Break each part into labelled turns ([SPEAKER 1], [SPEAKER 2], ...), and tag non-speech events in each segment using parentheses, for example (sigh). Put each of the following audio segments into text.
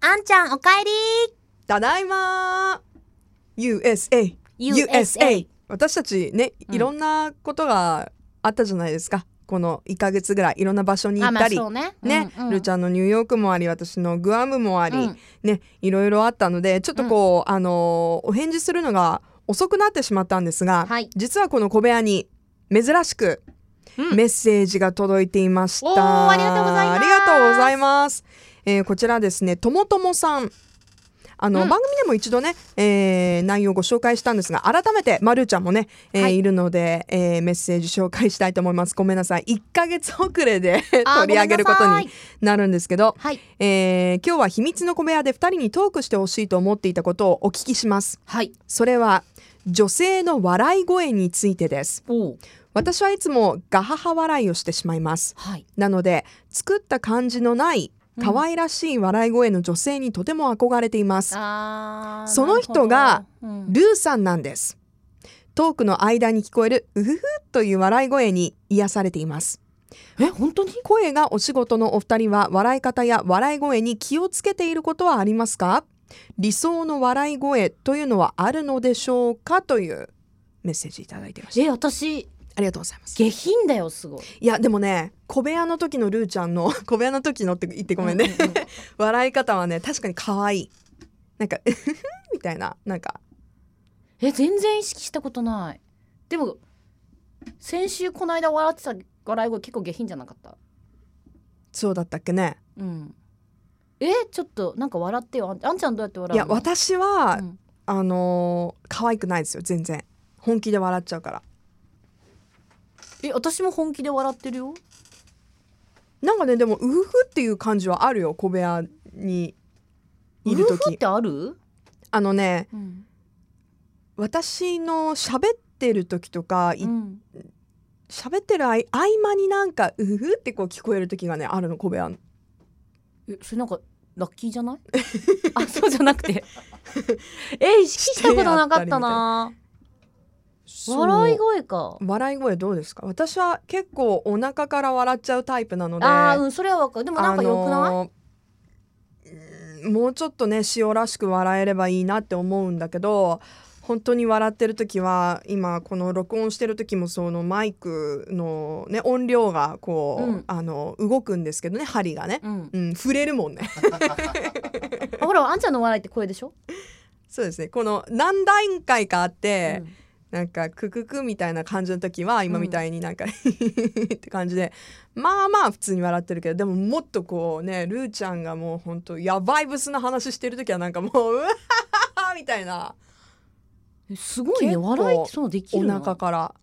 [SPEAKER 1] あんちゃんおかえり
[SPEAKER 2] ただいまー USA
[SPEAKER 1] USA
[SPEAKER 2] 私たちね
[SPEAKER 1] うん
[SPEAKER 2] いろんなことがあったじゃないですか、この1ヶ月ぐらいいろんな場所に行
[SPEAKER 1] あ
[SPEAKER 2] っ
[SPEAKER 1] ま
[SPEAKER 2] た
[SPEAKER 1] あ
[SPEAKER 2] り、
[SPEAKER 1] そうね
[SPEAKER 2] ね、
[SPEAKER 1] うんうん
[SPEAKER 2] ルーちゃんのニューヨークもあり私のグアムもあり、
[SPEAKER 1] うん
[SPEAKER 2] ねいろいろあったのでちょっとこう、あのーお返事するのが遅くなってしまったんですが、
[SPEAKER 1] はい
[SPEAKER 2] 実はこの小部屋に珍しく
[SPEAKER 1] うん
[SPEAKER 2] メッセージが届いていました、
[SPEAKER 1] おーありがとうございます
[SPEAKER 2] ありがとうございますえーこちらですねともともさんあの、
[SPEAKER 1] うん
[SPEAKER 2] 番組でも一度ね、えー内容をご紹介したんですが改めてまるちゃんもね、えー
[SPEAKER 1] はい
[SPEAKER 2] い、るので、えーメッセージ紹介したいと思いますごめんなさい1ヶ月遅れで
[SPEAKER 1] あー
[SPEAKER 2] (laughs) 取り上げること
[SPEAKER 1] ごめん
[SPEAKER 2] に
[SPEAKER 1] なさい
[SPEAKER 2] なるんですけど、
[SPEAKER 1] はい
[SPEAKER 2] えー今日は秘密の小部屋で2人にトークしてほしいと思っていたことをお聞きします
[SPEAKER 1] はい
[SPEAKER 2] それは女性の笑い声についてです
[SPEAKER 1] おう
[SPEAKER 2] 私はいつもガハハ笑いをしてしまいます
[SPEAKER 1] はい
[SPEAKER 2] なので作った感じのない可愛らしい笑い声の女性にとても憧れています、
[SPEAKER 1] あー
[SPEAKER 2] その人が
[SPEAKER 1] なるほどうん
[SPEAKER 2] ルーさんなんですトークの間に聞こえるうふふという笑い声に癒されています
[SPEAKER 1] え本当に
[SPEAKER 2] 声がお仕事のお二人は笑い方や笑い声に気をつけていることはありますか理想の笑い声というのはあるのでしょうかというメッセージいただいてました
[SPEAKER 1] え私
[SPEAKER 2] ありがとうございます
[SPEAKER 1] 下品だよすごい
[SPEAKER 2] いやでもね小部屋の時のルーちゃんの小部屋の時のって言ってごめんね、
[SPEAKER 1] (laughs) うう
[SPEAKER 2] 笑い方はね確かに可愛いなんか (laughs) みたいななんか
[SPEAKER 1] え全然意識したことないでも先週この間笑ってた笑い声結構下品じゃなかった
[SPEAKER 2] そうだったっけね
[SPEAKER 1] うんえちょっとなんか笑ってよあんあんちゃんどうやって笑うの
[SPEAKER 2] いや私は、
[SPEAKER 1] うん
[SPEAKER 2] あのー可愛くないですよ全然本気で笑っちゃうから
[SPEAKER 1] え私も本気で笑ってるよ
[SPEAKER 2] なんかねでもうふふっていう感じはあるよ小部屋にいる
[SPEAKER 1] 夫婦っ
[SPEAKER 2] 時
[SPEAKER 1] てある、
[SPEAKER 2] あのね私の喋ってる時とかい
[SPEAKER 1] うん
[SPEAKER 2] 喋ってるあい合間になんかうふふってこう聞こえる時がねあるの小部屋の
[SPEAKER 1] えそれなんかラッキーじゃない (laughs) あそうじゃなくて (laughs) え意識したことなかったな笑い声か
[SPEAKER 2] 笑い声どうですか私は結構お腹から笑っちゃうタイプなので
[SPEAKER 1] あーうんそれはわかるでもなんか良くない、
[SPEAKER 2] い、うーんもうちょっとね塩らしく笑えればいいなって思うんだけど本当に笑ってる時は今この録音してる時もそのマイクの、ね、音量がこう、
[SPEAKER 1] うん
[SPEAKER 2] あの動くんですけどね針がね、
[SPEAKER 1] うん
[SPEAKER 2] うん、触れるもんね (laughs)
[SPEAKER 1] あほらあんちゃんの笑いって声でしょ、
[SPEAKER 2] そうですねこの何段階かあっ
[SPEAKER 1] う
[SPEAKER 2] て、
[SPEAKER 1] ん
[SPEAKER 2] なんかクククみたいな感じの時は今みたいになんか、 (laughs) って感じでまあまあ普通に笑ってるけどでももっとこうねルーちゃんがもうほんとやばいブスな話してる時はなんかもううわはははみたいな
[SPEAKER 1] えすごいね
[SPEAKER 2] 結構
[SPEAKER 1] 笑いってそのでき
[SPEAKER 2] お
[SPEAKER 1] るの
[SPEAKER 2] 腹から。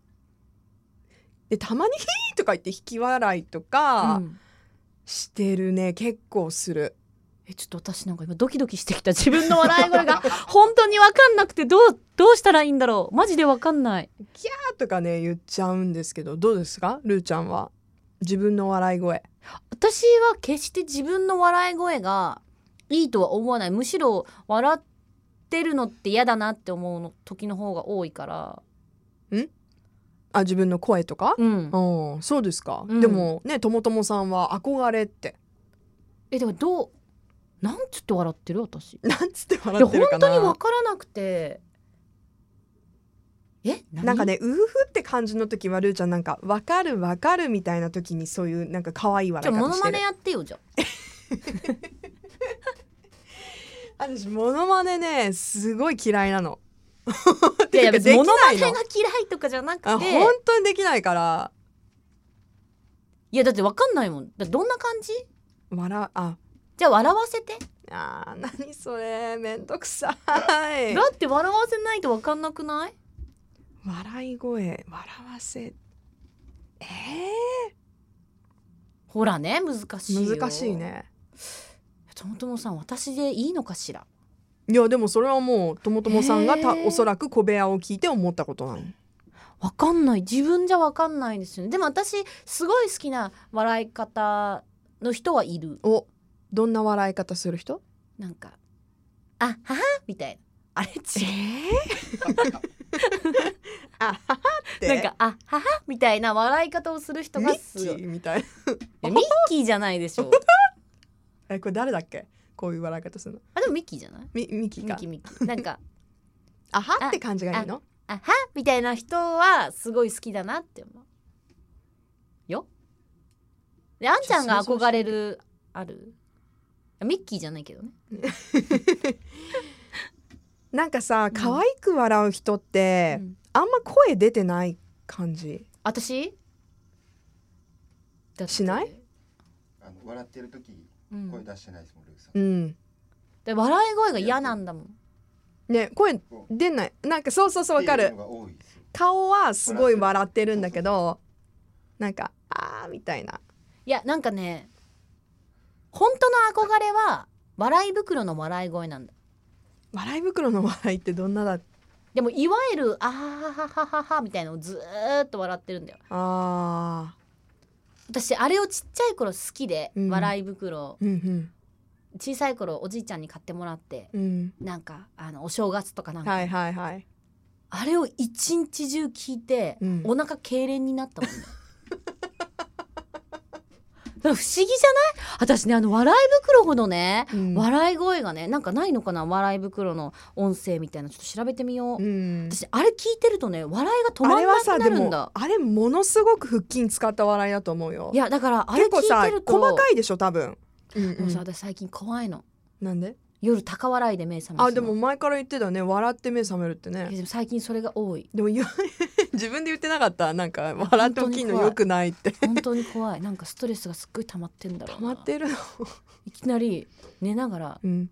[SPEAKER 2] でたまに「ヒー」とか言って引き笑いとか
[SPEAKER 1] うん
[SPEAKER 2] してるね、結構する。
[SPEAKER 1] えちょっと私なんか今ドキドキしてきた自分の笑い声が本当にわかんなくてどうどうしたらいいんだろうマジでわかんない
[SPEAKER 2] あとかね言っちゃうんですけどどうですかルーちゃんは自分の笑い声。
[SPEAKER 1] 私は決して自分の笑い声がいいとは思わないむしろ笑ってるのって嫌だなって思うの時の方が多いから
[SPEAKER 2] あ自分の声とか
[SPEAKER 1] うん
[SPEAKER 2] うん、そうですか、
[SPEAKER 1] うん
[SPEAKER 2] でもねともともさんは憧れって (laughs)
[SPEAKER 1] えでもどうなんつって笑ってる私
[SPEAKER 2] なんつって
[SPEAKER 1] い
[SPEAKER 2] 笑
[SPEAKER 1] や
[SPEAKER 2] って
[SPEAKER 1] 本
[SPEAKER 2] るかな
[SPEAKER 1] 当にわからなくてえ何
[SPEAKER 2] なんかねうふふって感じの時はルーちゃんなんかわかるわかるみたいな時にそういうなんか可愛い
[SPEAKER 1] じゃ
[SPEAKER 2] 笑
[SPEAKER 1] あ
[SPEAKER 2] い
[SPEAKER 1] モ
[SPEAKER 2] 方
[SPEAKER 1] ノ
[SPEAKER 2] し
[SPEAKER 1] マ
[SPEAKER 2] てる
[SPEAKER 1] ネやってよじゃあ
[SPEAKER 2] 私モノマネねすごい嫌いなの
[SPEAKER 1] いやいや
[SPEAKER 2] (laughs) てか
[SPEAKER 1] 別に
[SPEAKER 2] で
[SPEAKER 1] モ
[SPEAKER 2] き
[SPEAKER 1] ノ
[SPEAKER 2] (laughs) な
[SPEAKER 1] マ
[SPEAKER 2] い
[SPEAKER 1] ネ
[SPEAKER 2] の
[SPEAKER 1] が嫌いとかじゃな
[SPEAKER 2] あ
[SPEAKER 1] くて
[SPEAKER 2] 本当にできないから
[SPEAKER 1] いやだってわかんないもんだどんな感じ
[SPEAKER 2] 笑うあ
[SPEAKER 1] じゃあ笑わせて
[SPEAKER 2] あー何それめんどくさい
[SPEAKER 1] だって笑わせないとわかんなくない
[SPEAKER 2] 笑い声笑わせえ
[SPEAKER 1] ほらね難しいよ
[SPEAKER 2] ー、難しいね
[SPEAKER 1] ともともさん私でいいのかしら
[SPEAKER 2] いやでもそれはもうともともさんがた
[SPEAKER 1] へー
[SPEAKER 2] おそらく小部屋を聞いて思ったことなの
[SPEAKER 1] わかんない自分じゃわかんないですよねでも私すごい好きな笑い方の人はいる
[SPEAKER 2] おどんな笑い方する人
[SPEAKER 1] なんかあははみたいなあれ違
[SPEAKER 2] え (laughs) あははって
[SPEAKER 1] うなんかあははみたいな笑い方をする人
[SPEAKER 2] ミ
[SPEAKER 1] が
[SPEAKER 2] ッ
[SPEAKER 1] す
[SPEAKER 2] キ
[SPEAKER 1] ごいい
[SPEAKER 2] ーみたいな
[SPEAKER 1] やミッキーじゃないでしょ
[SPEAKER 2] (laughs) えこれ誰だっけこういう笑い方するの
[SPEAKER 1] あでもミッキーじゃない
[SPEAKER 2] みミキ
[SPEAKER 1] ミ
[SPEAKER 2] が
[SPEAKER 1] ッキーミッキーなんか
[SPEAKER 2] あはって感じがいいの
[SPEAKER 1] あはみたいな人はすごい好きだなって思うよであんちゃんが憧れるあるミッキーじゃないけどね
[SPEAKER 2] なんかさ
[SPEAKER 1] ん
[SPEAKER 2] 可愛く笑う人って、
[SPEAKER 1] うん
[SPEAKER 2] あんま声出てない感じ
[SPEAKER 1] 私だって
[SPEAKER 2] しない
[SPEAKER 3] あの笑ってる時
[SPEAKER 1] うん
[SPEAKER 3] 声出してないですもん、ルーさん
[SPEAKER 2] う。ん
[SPEAKER 1] で笑い声が嫌なんだもん
[SPEAKER 2] ね声
[SPEAKER 3] こう
[SPEAKER 2] 出ないなんかそうそうそうわか
[SPEAKER 3] っていう
[SPEAKER 2] る
[SPEAKER 3] のが多いですよ
[SPEAKER 2] 顔はすごい笑ってるんだけどなんかあーみたいない
[SPEAKER 1] やなんかね本当の憧れは笑い袋の笑い声なんだ
[SPEAKER 2] 笑い袋の笑いってどんなだ
[SPEAKER 1] でもいわゆる「あははははは」みたいなのをずーっと笑ってるんだよ
[SPEAKER 2] あ
[SPEAKER 1] 私あれをちっちゃい頃好きで、
[SPEAKER 2] うん
[SPEAKER 1] 笑い袋
[SPEAKER 2] ーうん
[SPEAKER 1] 小さい頃おじいちゃんに買ってもらって
[SPEAKER 2] うんうん
[SPEAKER 1] なんかあのお正月とかなんか、
[SPEAKER 2] はいはいはい
[SPEAKER 1] あれを一日中聞いて、
[SPEAKER 2] うん
[SPEAKER 1] お腹痙攣になったもんね (laughs) だから不思議じゃない私ねあの笑い袋ほどね、
[SPEAKER 2] うん
[SPEAKER 1] 笑い声がねなんかないのかな笑い袋の音声みたいなちょっと調べてみよう、
[SPEAKER 2] うん
[SPEAKER 1] 私あれ聞いてるとね笑いが止
[SPEAKER 2] あ
[SPEAKER 1] ま
[SPEAKER 2] れ
[SPEAKER 1] ら
[SPEAKER 2] は
[SPEAKER 1] な
[SPEAKER 2] さ
[SPEAKER 1] く
[SPEAKER 2] で
[SPEAKER 1] なるん
[SPEAKER 2] も
[SPEAKER 1] だ
[SPEAKER 2] あれものすごく腹筋使った笑いだと思うよ
[SPEAKER 1] いやだからあれ聞
[SPEAKER 2] 結
[SPEAKER 1] い
[SPEAKER 2] 構さ
[SPEAKER 1] てると
[SPEAKER 2] 細かいでしょ多分、うんうん
[SPEAKER 1] もうさ私最近怖いの
[SPEAKER 2] なんで
[SPEAKER 1] 夜高笑いで目覚め
[SPEAKER 2] あ
[SPEAKER 1] す
[SPEAKER 2] で
[SPEAKER 1] の
[SPEAKER 2] も前から言ってたね笑って目覚めるって
[SPEAKER 1] いや
[SPEAKER 2] ね
[SPEAKER 1] でも最近それが多い
[SPEAKER 2] でもいや (laughs) 自分で言ってなかったなんか笑って起きるのよくないって
[SPEAKER 1] 本当に怖いなんかストレスがすっごい溜まってんだろう
[SPEAKER 2] (laughs) 溜
[SPEAKER 1] な
[SPEAKER 2] まってるの、
[SPEAKER 1] いきなり寝ながら
[SPEAKER 2] うん、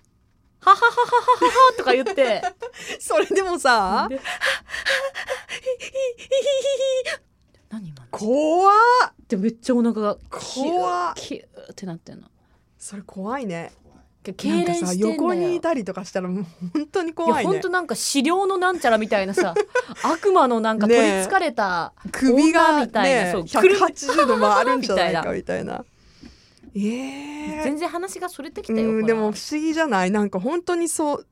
[SPEAKER 1] 「はははははは」とか言って
[SPEAKER 2] それでもさ
[SPEAKER 1] で何今の
[SPEAKER 2] 怖っ
[SPEAKER 1] ってめっちゃお腹がキュ
[SPEAKER 2] 怖
[SPEAKER 1] ー
[SPEAKER 2] っ
[SPEAKER 1] キューってなってんの
[SPEAKER 2] それ怖いね
[SPEAKER 3] 怖い。
[SPEAKER 1] 痙攣
[SPEAKER 2] なんか
[SPEAKER 1] し
[SPEAKER 2] さ
[SPEAKER 1] てんだよ
[SPEAKER 2] 横にいたりとかしたらもう本当に怖
[SPEAKER 1] い
[SPEAKER 2] い
[SPEAKER 1] や
[SPEAKER 2] ね
[SPEAKER 1] 本当なんか狩猟のなんちゃらみたいな
[SPEAKER 2] (laughs)
[SPEAKER 1] さ悪魔のなんか取りつかれた、
[SPEAKER 2] 首が、
[SPEAKER 1] 女
[SPEAKER 2] ね、
[SPEAKER 1] みたいなそうくる
[SPEAKER 2] 180度回るんじゃないかみたいな。ええ
[SPEAKER 1] 全然話がそれてきたよ、
[SPEAKER 2] うん、
[SPEAKER 1] ほら
[SPEAKER 2] でも不思議じゃないなんか本当にそう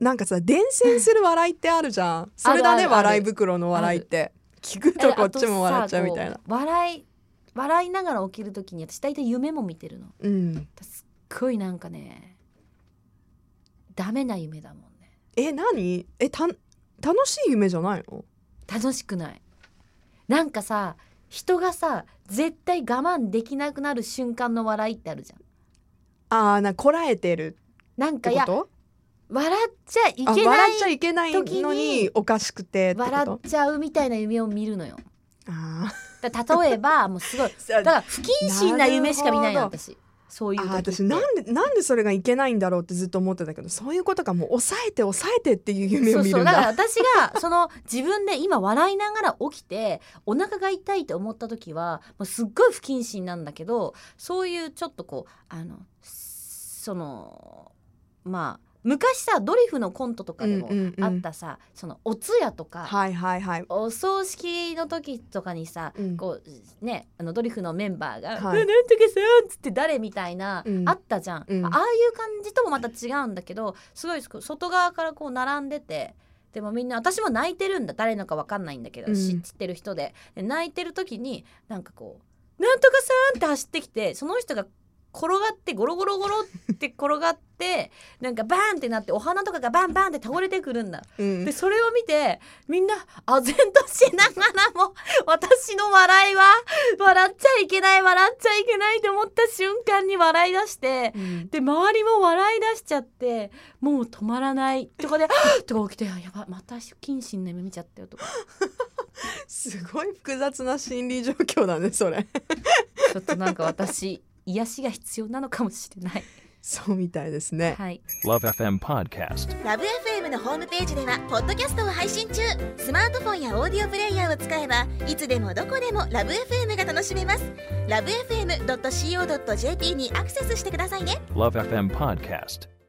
[SPEAKER 2] なんかさ伝染する笑いってあるじゃんそれだ
[SPEAKER 1] あ
[SPEAKER 2] ね
[SPEAKER 1] るあるある
[SPEAKER 2] 笑い袋の笑いって聞くとこっちも笑っちゃうみたい
[SPEAKER 1] あ
[SPEAKER 2] な
[SPEAKER 1] とさ。こう笑い笑いながら起きるときに私大体夢も見てるの
[SPEAKER 2] うん、
[SPEAKER 1] すっごいなんかねダメな夢だもんね
[SPEAKER 2] え何えた楽しい夢じゃないの
[SPEAKER 1] 楽しくないなんかさ人がさ絶対我慢できなくなる瞬間の笑いってあるじゃん
[SPEAKER 2] あーなこらえてる
[SPEAKER 1] なん
[SPEAKER 2] って
[SPEAKER 1] かい
[SPEAKER 2] こ
[SPEAKER 1] や
[SPEAKER 2] と
[SPEAKER 1] 笑っちゃいけ
[SPEAKER 2] あ
[SPEAKER 1] ない
[SPEAKER 2] 笑っちゃいけないの
[SPEAKER 1] 時
[SPEAKER 2] に
[SPEAKER 1] に
[SPEAKER 2] おかしくてってこ
[SPEAKER 1] 笑っ
[SPEAKER 2] と
[SPEAKER 1] ちゃうみたいな夢を見るのよ
[SPEAKER 2] あ
[SPEAKER 1] だ例えばもうすごいだから不謹慎な夢しか見ないの
[SPEAKER 2] なるほど
[SPEAKER 1] 私そういう
[SPEAKER 2] あ
[SPEAKER 1] 時って
[SPEAKER 2] ー私なんでなんでそれがいけないんだろうってずっと思ってたけどそういうことかもう抑えて抑えてっていう夢
[SPEAKER 1] そ
[SPEAKER 2] を
[SPEAKER 1] う
[SPEAKER 2] 見
[SPEAKER 1] そ
[SPEAKER 2] る
[SPEAKER 1] うんだから
[SPEAKER 2] だ
[SPEAKER 1] 私がその自分で今笑いながら起きてお腹が痛いと思った時はもうすっごい不謹慎なんだけどそういうちょっとこうあのそのまあ昔さドリフのコントとかでも
[SPEAKER 2] うんうんうん
[SPEAKER 1] あったさ、そのお通夜とか、
[SPEAKER 2] はいはいはい、
[SPEAKER 1] お葬式の時とかにさ
[SPEAKER 2] うん
[SPEAKER 1] こうねあのドリフのメンバーが「
[SPEAKER 2] はい
[SPEAKER 1] えなんとかさん」っつって誰みたいな、
[SPEAKER 2] うん
[SPEAKER 1] あったじゃん、
[SPEAKER 2] うん
[SPEAKER 1] ああいう感じともまた違うんだけどすごいこう外側からこう並んでて。でもみんな私も泣いてるんだ誰のか分かんないんだけど、
[SPEAKER 2] うん
[SPEAKER 1] 知知ってる人でで泣いてる時になんかこう「なんとかさん!」って走ってきてその人が転がってゴロゴロゴロって転がってなんかバーンってなってお花とかがバンバンって倒れてくるんだ
[SPEAKER 2] うん
[SPEAKER 1] で、それを見てみんな唖然としながらも (laughs) 私の笑いは笑っちゃいけない笑っちゃいけないと思った瞬間に笑い出して
[SPEAKER 2] うん
[SPEAKER 1] で周りも笑い出しちゃってもう止まらないとかで「はっ!」とか起きて「あやばいまた不謹慎な夢見ちゃったよ」とか
[SPEAKER 2] すごい複雑な心理状況だねそれ (laughs)
[SPEAKER 1] ちょっとなんか私癒しが必要なのかもしれない。
[SPEAKER 2] そうみたいですね
[SPEAKER 1] はい
[SPEAKER 4] Love FM Podcast.
[SPEAKER 5] ラブ f m のホームページではポッドキャストを配信中スマートフォンやオーディオプレイヤーを使えばいつでもどこでもラブ f m が楽しめますラブ FM.co.jp にアクセスしてくださいね
[SPEAKER 4] Love FM Podcast.